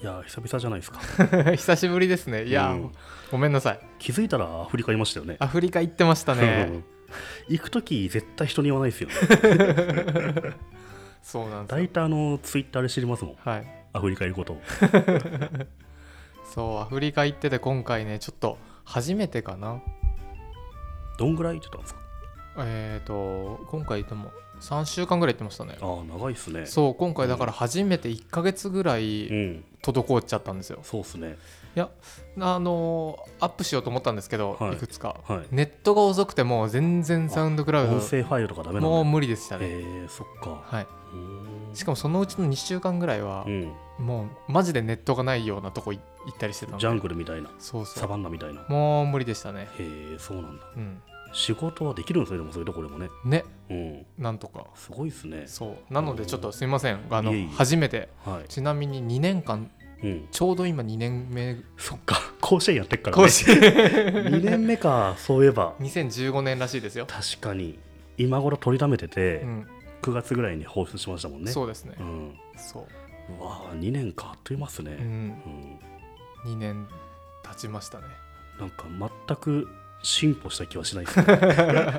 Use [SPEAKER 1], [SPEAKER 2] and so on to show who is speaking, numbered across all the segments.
[SPEAKER 1] いや久々じゃない ですか
[SPEAKER 2] 久しぶりですねいや、
[SPEAKER 1] うん
[SPEAKER 2] ごめんなさい
[SPEAKER 1] 気づいたらアフリカいましたよね
[SPEAKER 2] アフリカ行ってました
[SPEAKER 1] う
[SPEAKER 2] ね
[SPEAKER 1] ん行く時絶対人に言わないですよ ね
[SPEAKER 2] そうなんです
[SPEAKER 1] 大
[SPEAKER 2] よ
[SPEAKER 1] 体あのツイッターで知りますもん
[SPEAKER 2] はい
[SPEAKER 1] アフリカいることを
[SPEAKER 2] そうアフリカ行ってて今回ねちょっと初めてかな
[SPEAKER 1] どんぐらい行ってたんですか
[SPEAKER 2] えっ、と今回でも3週間ぐらい行ってましたね
[SPEAKER 1] ああ長いっすね
[SPEAKER 2] そう今回だから初めて1ヶ月ぐらい
[SPEAKER 1] ん
[SPEAKER 2] 滞っちゃったんですよ
[SPEAKER 1] そうっすね
[SPEAKER 2] あのーアップしようと思ったんですけど、
[SPEAKER 1] はい
[SPEAKER 2] い、くつか
[SPEAKER 1] はい
[SPEAKER 2] ネットが遅くてもう全然サウンドクラウ
[SPEAKER 1] 音
[SPEAKER 2] ド
[SPEAKER 1] 声ファイルとかダメなん
[SPEAKER 2] も
[SPEAKER 1] だ
[SPEAKER 2] う無理でしたね、
[SPEAKER 1] えー、そっか
[SPEAKER 2] はい、
[SPEAKER 1] うーん
[SPEAKER 2] しかもそのうちの2週間ぐらいは
[SPEAKER 1] う、ん
[SPEAKER 2] もうマジでネットがないようなとこい行ったりしてたの
[SPEAKER 1] ジャングルみたいな
[SPEAKER 2] そうそ
[SPEAKER 1] サ
[SPEAKER 2] う
[SPEAKER 1] バンナみたいなへ
[SPEAKER 2] もう無理でしたね
[SPEAKER 1] えそうなんだ
[SPEAKER 2] うん
[SPEAKER 1] 仕事はできるんですよでもそういうとこでもね
[SPEAKER 2] ね
[SPEAKER 1] うん
[SPEAKER 2] なんとか
[SPEAKER 1] すごいっすね
[SPEAKER 2] そうなのでちょっとすいませんあの
[SPEAKER 1] いえいえ
[SPEAKER 2] 初めて
[SPEAKER 1] は
[SPEAKER 2] ちなみに2年間
[SPEAKER 1] い、うん、
[SPEAKER 2] ちょうど今2年目
[SPEAKER 1] そっか甲子園やってっからね
[SPEAKER 2] 更 新
[SPEAKER 1] 2年目かそういえば
[SPEAKER 2] 2015年らし いですよ、
[SPEAKER 1] 確かに今頃取りためてて、
[SPEAKER 2] うん、
[SPEAKER 1] 9月ぐらいに放出しましたもんね
[SPEAKER 2] そうですね
[SPEAKER 1] う、ん、
[SPEAKER 2] そう
[SPEAKER 1] わあ2年かあっという間っす
[SPEAKER 2] う、う
[SPEAKER 1] ね、
[SPEAKER 2] ん、
[SPEAKER 1] うん
[SPEAKER 2] 2年経ちましたね
[SPEAKER 1] なんか全く進歩した気はしない ですね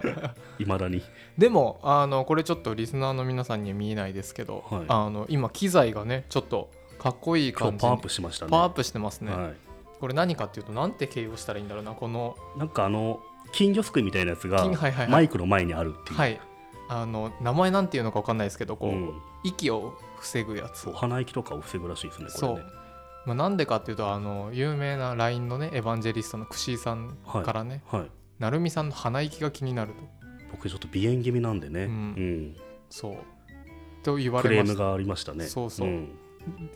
[SPEAKER 1] いまだに
[SPEAKER 2] でもあのこれちょっとリスナーの皆さんには見えないですけど、
[SPEAKER 1] はい
[SPEAKER 2] あの今機材がねちょっとかっこいい
[SPEAKER 1] 今日
[SPEAKER 2] 感じ
[SPEAKER 1] パ
[SPEAKER 2] に
[SPEAKER 1] ワーアップしましたね
[SPEAKER 2] パワーアップしてますね、
[SPEAKER 1] は
[SPEAKER 2] これ何かっていうとなんて形容したらいいんだろうなこの
[SPEAKER 1] い、なんかあの金魚すくいみたいなやつが
[SPEAKER 2] 金はいはいはい
[SPEAKER 1] マイクの前にあるっていう、
[SPEAKER 2] はいあの名前なんていうのか分かんないですけどこう、
[SPEAKER 1] うん
[SPEAKER 2] 息を防ぐやつ
[SPEAKER 1] そう鼻息とかを防ぐらしいですねこ
[SPEAKER 2] そ
[SPEAKER 1] れ
[SPEAKER 2] う
[SPEAKER 1] ね
[SPEAKER 2] まあ、なんでかっていうとあの有名な LINE のねエヴァンジェリストのクシーさん
[SPEAKER 1] はい
[SPEAKER 2] からね、
[SPEAKER 1] はい
[SPEAKER 2] なるみさんの鼻息が気になると
[SPEAKER 1] 僕ちょっと鼻炎気味なんでね、う
[SPEAKER 2] うんんそうと言わ
[SPEAKER 1] ク
[SPEAKER 2] れ
[SPEAKER 1] レー
[SPEAKER 2] ま
[SPEAKER 1] ム
[SPEAKER 2] した
[SPEAKER 1] がありましたね
[SPEAKER 2] そうそうん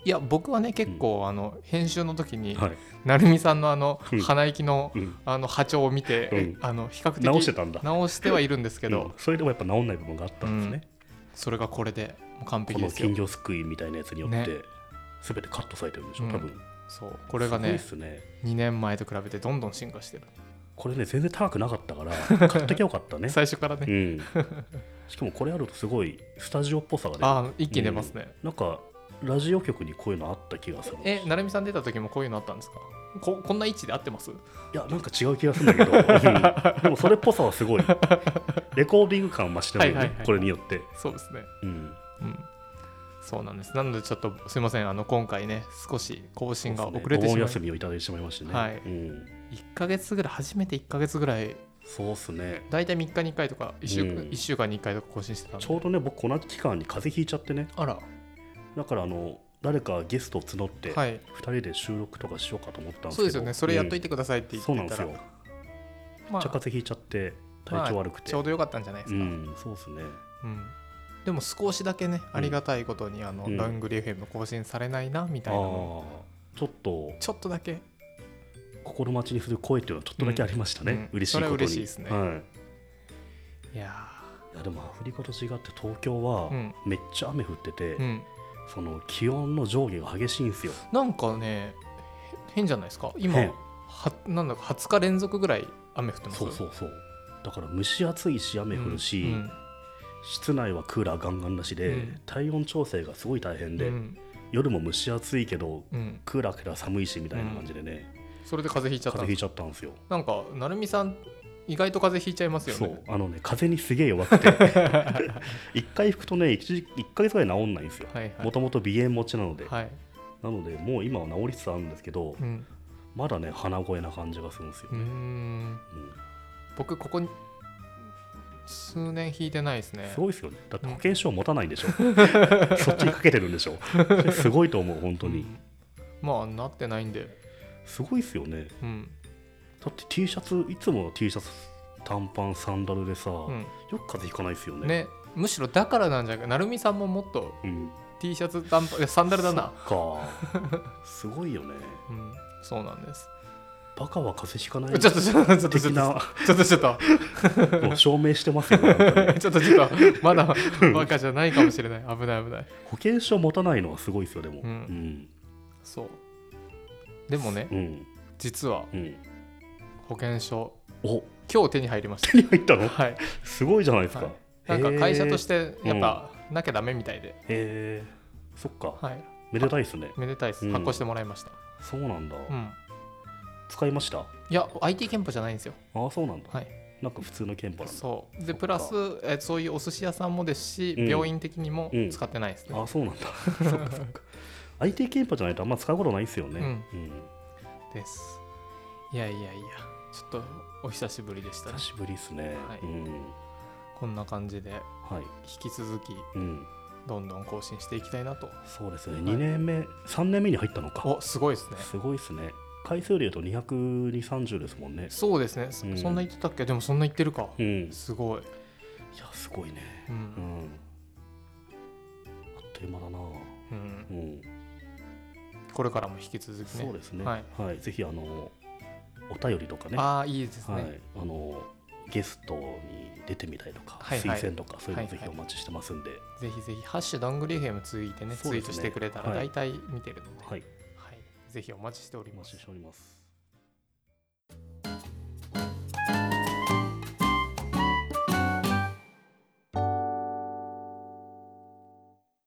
[SPEAKER 2] いや僕はね結構、あの編集の時に、
[SPEAKER 1] はい
[SPEAKER 2] なるみさんのあの
[SPEAKER 1] うん
[SPEAKER 2] 鼻息の
[SPEAKER 1] うん
[SPEAKER 2] あの波長を見て、
[SPEAKER 1] うん
[SPEAKER 2] あの比較的
[SPEAKER 1] 直してたんだ
[SPEAKER 2] 直してはいるんですけど、
[SPEAKER 1] うんそれでもやっぱ治んない部分があったんですね、
[SPEAKER 2] それがこれでもう完
[SPEAKER 1] こ
[SPEAKER 2] 璧で
[SPEAKER 1] の
[SPEAKER 2] すよ
[SPEAKER 1] 金魚すくいみたいなやつによって、
[SPEAKER 2] ね
[SPEAKER 1] 全てカットされてるんでしょ
[SPEAKER 2] うん
[SPEAKER 1] 多分、
[SPEAKER 2] そうこれが
[SPEAKER 1] すごいっ
[SPEAKER 2] ね
[SPEAKER 1] すね
[SPEAKER 2] 2年前と比べてどんどん進化してる、
[SPEAKER 1] これね全然高くなかったから 買ってきゃよかったね
[SPEAKER 2] 最初からね、
[SPEAKER 1] うん、しかもこれあるとすごいスタジオっぽさが出る
[SPEAKER 2] ああ一気に出ますね、
[SPEAKER 1] なんかラジオ局にこういうのあった気がする
[SPEAKER 2] えなるみさん出た時もこういうのあったんですかここんな位置で合ってます
[SPEAKER 1] いやなんか違う気がするん だけど、うんでもそれっぽさはすごいレコーディング感増してるよね、
[SPEAKER 2] はいはいはい
[SPEAKER 1] これによって、
[SPEAKER 2] そうですね
[SPEAKER 1] うん、
[SPEAKER 2] うんそうなんですなのでちょっとすいませんあの今回ね少し更新が遅れ
[SPEAKER 1] そうで
[SPEAKER 2] て
[SPEAKER 1] すね
[SPEAKER 2] し
[SPEAKER 1] お盆
[SPEAKER 2] まい、
[SPEAKER 1] 休みをいただいてしまいましてね、
[SPEAKER 2] はい
[SPEAKER 1] うん、
[SPEAKER 2] 1か月ぐらい初めて1か月ぐらい
[SPEAKER 1] そうっすね
[SPEAKER 2] 大体3日に1回とか 1, 週
[SPEAKER 1] うん
[SPEAKER 2] 一週間に1回とか更新してたんで
[SPEAKER 1] ちょうどね僕この期間に風邪ひいちゃってね
[SPEAKER 2] あら
[SPEAKER 1] だからあの誰かゲストを募って、二
[SPEAKER 2] はい
[SPEAKER 1] 2人で収録とかしようかと思ったんですけど
[SPEAKER 2] そうですよねそれやっとい
[SPEAKER 1] て、
[SPEAKER 2] てくださいって
[SPEAKER 1] うん
[SPEAKER 2] 言っ
[SPEAKER 1] そうなん
[SPEAKER 2] て
[SPEAKER 1] です
[SPEAKER 2] たら、
[SPEAKER 1] よめっ
[SPEAKER 2] ま
[SPEAKER 1] ちゃ風
[SPEAKER 2] あ、
[SPEAKER 1] 邪ひいちゃって体調悪くて、
[SPEAKER 2] ちょうどよかったんじゃないで
[SPEAKER 1] う
[SPEAKER 2] すか、
[SPEAKER 1] んそうですね
[SPEAKER 2] うんでも少しだけねありがたいことにあの、
[SPEAKER 1] うん
[SPEAKER 2] ラングリー FM 更新されないなみたいなの
[SPEAKER 1] ああちょっと
[SPEAKER 2] ちょっとだけ
[SPEAKER 1] 心待ちにする声っていうのはちょっとだけありましたね、
[SPEAKER 2] うんうん
[SPEAKER 1] 嬉しいことに
[SPEAKER 2] それは嬉しいですね
[SPEAKER 1] はい
[SPEAKER 2] や
[SPEAKER 1] い、いやでもアフリカと違って東京は
[SPEAKER 2] うん
[SPEAKER 1] めっちゃ雨降ってて、
[SPEAKER 2] ーうん
[SPEAKER 1] その気温の上下が激しいんですよ
[SPEAKER 2] なんかねへ変じゃないですか今
[SPEAKER 1] 変
[SPEAKER 2] はなんだか20日連続ぐらい雨降ってます
[SPEAKER 1] そうそうそうだから蒸し暑いし雨降るし、
[SPEAKER 2] うん
[SPEAKER 1] 室内はクーラーガンガンなしで、
[SPEAKER 2] うん
[SPEAKER 1] 体温調整がすごい大変で、
[SPEAKER 2] うん
[SPEAKER 1] 夜も蒸し暑いけど
[SPEAKER 2] うん
[SPEAKER 1] クーラーから寒いしみたいな感じでね、
[SPEAKER 2] それで風邪ひいちゃった
[SPEAKER 1] 風邪ひ
[SPEAKER 2] んで
[SPEAKER 1] い
[SPEAKER 2] す
[SPEAKER 1] ちゃったんですよ
[SPEAKER 2] なんか成美さん意外と風邪ひいちゃいますよ
[SPEAKER 1] そ
[SPEAKER 2] ね
[SPEAKER 1] うあのね風にすげえ弱くて 一回吹くとね 1, ヶ月ぐらい治んないんですよ
[SPEAKER 2] はいは
[SPEAKER 1] も
[SPEAKER 2] い
[SPEAKER 1] ともと鼻炎持ちなので、
[SPEAKER 2] はい、
[SPEAKER 1] なのでもう今は治りつつあるんですけど
[SPEAKER 2] うん、
[SPEAKER 1] まだね鼻声な感じがするんですよ
[SPEAKER 2] うー
[SPEAKER 1] ね、
[SPEAKER 2] ん
[SPEAKER 1] うん
[SPEAKER 2] 僕ここに数年引いてないですね
[SPEAKER 1] すごいですよねだって保険証持たないん でしょそっちにかけてるんでしょそれすごいと思う本当に、
[SPEAKER 2] うんまあなってないんで、
[SPEAKER 1] すごいですよね
[SPEAKER 2] うん
[SPEAKER 1] だって T シャツいつもの T シャツ短パンサンダルでさ、
[SPEAKER 2] うん
[SPEAKER 1] よく風邪ひかないですよね
[SPEAKER 2] ね、むしろだからなんじゃないか成美さんももっと
[SPEAKER 1] うん
[SPEAKER 2] T シャツ短パンいやサンダルだな、
[SPEAKER 1] そっかすごいよね
[SPEAKER 2] うん、そうなんです
[SPEAKER 1] バカは風邪ひかない
[SPEAKER 2] ちょっとちょっとちょっとち
[SPEAKER 1] 的
[SPEAKER 2] ょっと
[SPEAKER 1] な
[SPEAKER 2] ちょっとちょっと
[SPEAKER 1] もう証明してますよ、ね、なんかね
[SPEAKER 2] ちょっとちょっとまだバカじゃないかもしれない危ない危ない
[SPEAKER 1] 保険証持たないのはすごいですよでもう
[SPEAKER 2] う
[SPEAKER 1] ん
[SPEAKER 2] そうでもね
[SPEAKER 1] うん
[SPEAKER 2] 実は
[SPEAKER 1] うん
[SPEAKER 2] 保険証
[SPEAKER 1] お
[SPEAKER 2] 今日手に入りまし
[SPEAKER 1] 手に入った
[SPEAKER 2] た
[SPEAKER 1] の
[SPEAKER 2] はい
[SPEAKER 1] すごいじゃないですか、
[SPEAKER 2] はいなんか会社として
[SPEAKER 1] へー
[SPEAKER 2] やっぱなきゃダメみたいで、
[SPEAKER 1] へえそっか
[SPEAKER 2] はい
[SPEAKER 1] めでたいですね
[SPEAKER 2] めでたいです、
[SPEAKER 1] うん
[SPEAKER 2] 発行してもらいました、
[SPEAKER 1] そうなんだ、
[SPEAKER 2] うん、
[SPEAKER 1] 使いましたあ
[SPEAKER 2] いや IT 憲法じゃないんですよ
[SPEAKER 1] あそうなんだ
[SPEAKER 2] はい
[SPEAKER 1] なんか普通の憲法なんだ
[SPEAKER 2] そう
[SPEAKER 1] そ
[SPEAKER 2] で
[SPEAKER 1] っか
[SPEAKER 2] プラスえそういうお寿司屋さんもですし、
[SPEAKER 1] うん
[SPEAKER 2] 病院的にも
[SPEAKER 1] うん
[SPEAKER 2] 使ってないですね、
[SPEAKER 1] あそうなんだ そっかそっか IT 憲法じゃないとあんま使うことないですよね、うん
[SPEAKER 2] ですいやいやいやちょっとお久しぶりでしたね
[SPEAKER 1] 久しぶりですね、
[SPEAKER 2] はい
[SPEAKER 1] うん
[SPEAKER 2] こんな感じで
[SPEAKER 1] はい
[SPEAKER 2] 引き続き
[SPEAKER 1] うん、
[SPEAKER 2] どんどん更新していきたいなと
[SPEAKER 1] そうですね、
[SPEAKER 2] はい
[SPEAKER 1] 2年目3年目に入ったのか
[SPEAKER 2] おすごいですね
[SPEAKER 1] すごいですね回数でいうと230ですもんね
[SPEAKER 2] そうですね、そ
[SPEAKER 1] うん
[SPEAKER 2] そんな言ってたっけでもそんな言ってるか、
[SPEAKER 1] うんい
[SPEAKER 2] すごい、
[SPEAKER 1] やすごいね
[SPEAKER 2] う
[SPEAKER 1] うんんあっという間だな
[SPEAKER 2] うん
[SPEAKER 1] うん
[SPEAKER 2] これからも引き続きね
[SPEAKER 1] そうですね
[SPEAKER 2] は
[SPEAKER 1] はいい、ぜひあのお便りとかね
[SPEAKER 2] ああいいですね、
[SPEAKER 1] はい、あのゲストに出てみたいとか、
[SPEAKER 2] はいはい
[SPEAKER 1] 推薦とかそういう
[SPEAKER 2] はい
[SPEAKER 1] の
[SPEAKER 2] はい
[SPEAKER 1] ぜひお待ちしてますんで、はい
[SPEAKER 2] ぜひぜひ「ハッシュダングリーフェム」ついてね
[SPEAKER 1] そう
[SPEAKER 2] ツ
[SPEAKER 1] ですね
[SPEAKER 2] イートしてくれたら
[SPEAKER 1] は
[SPEAKER 2] 大
[SPEAKER 1] い
[SPEAKER 2] 体見てるので、はいぜひお待ちしており
[SPEAKER 1] お
[SPEAKER 2] ま
[SPEAKER 1] 待
[SPEAKER 2] す
[SPEAKER 1] ちしております。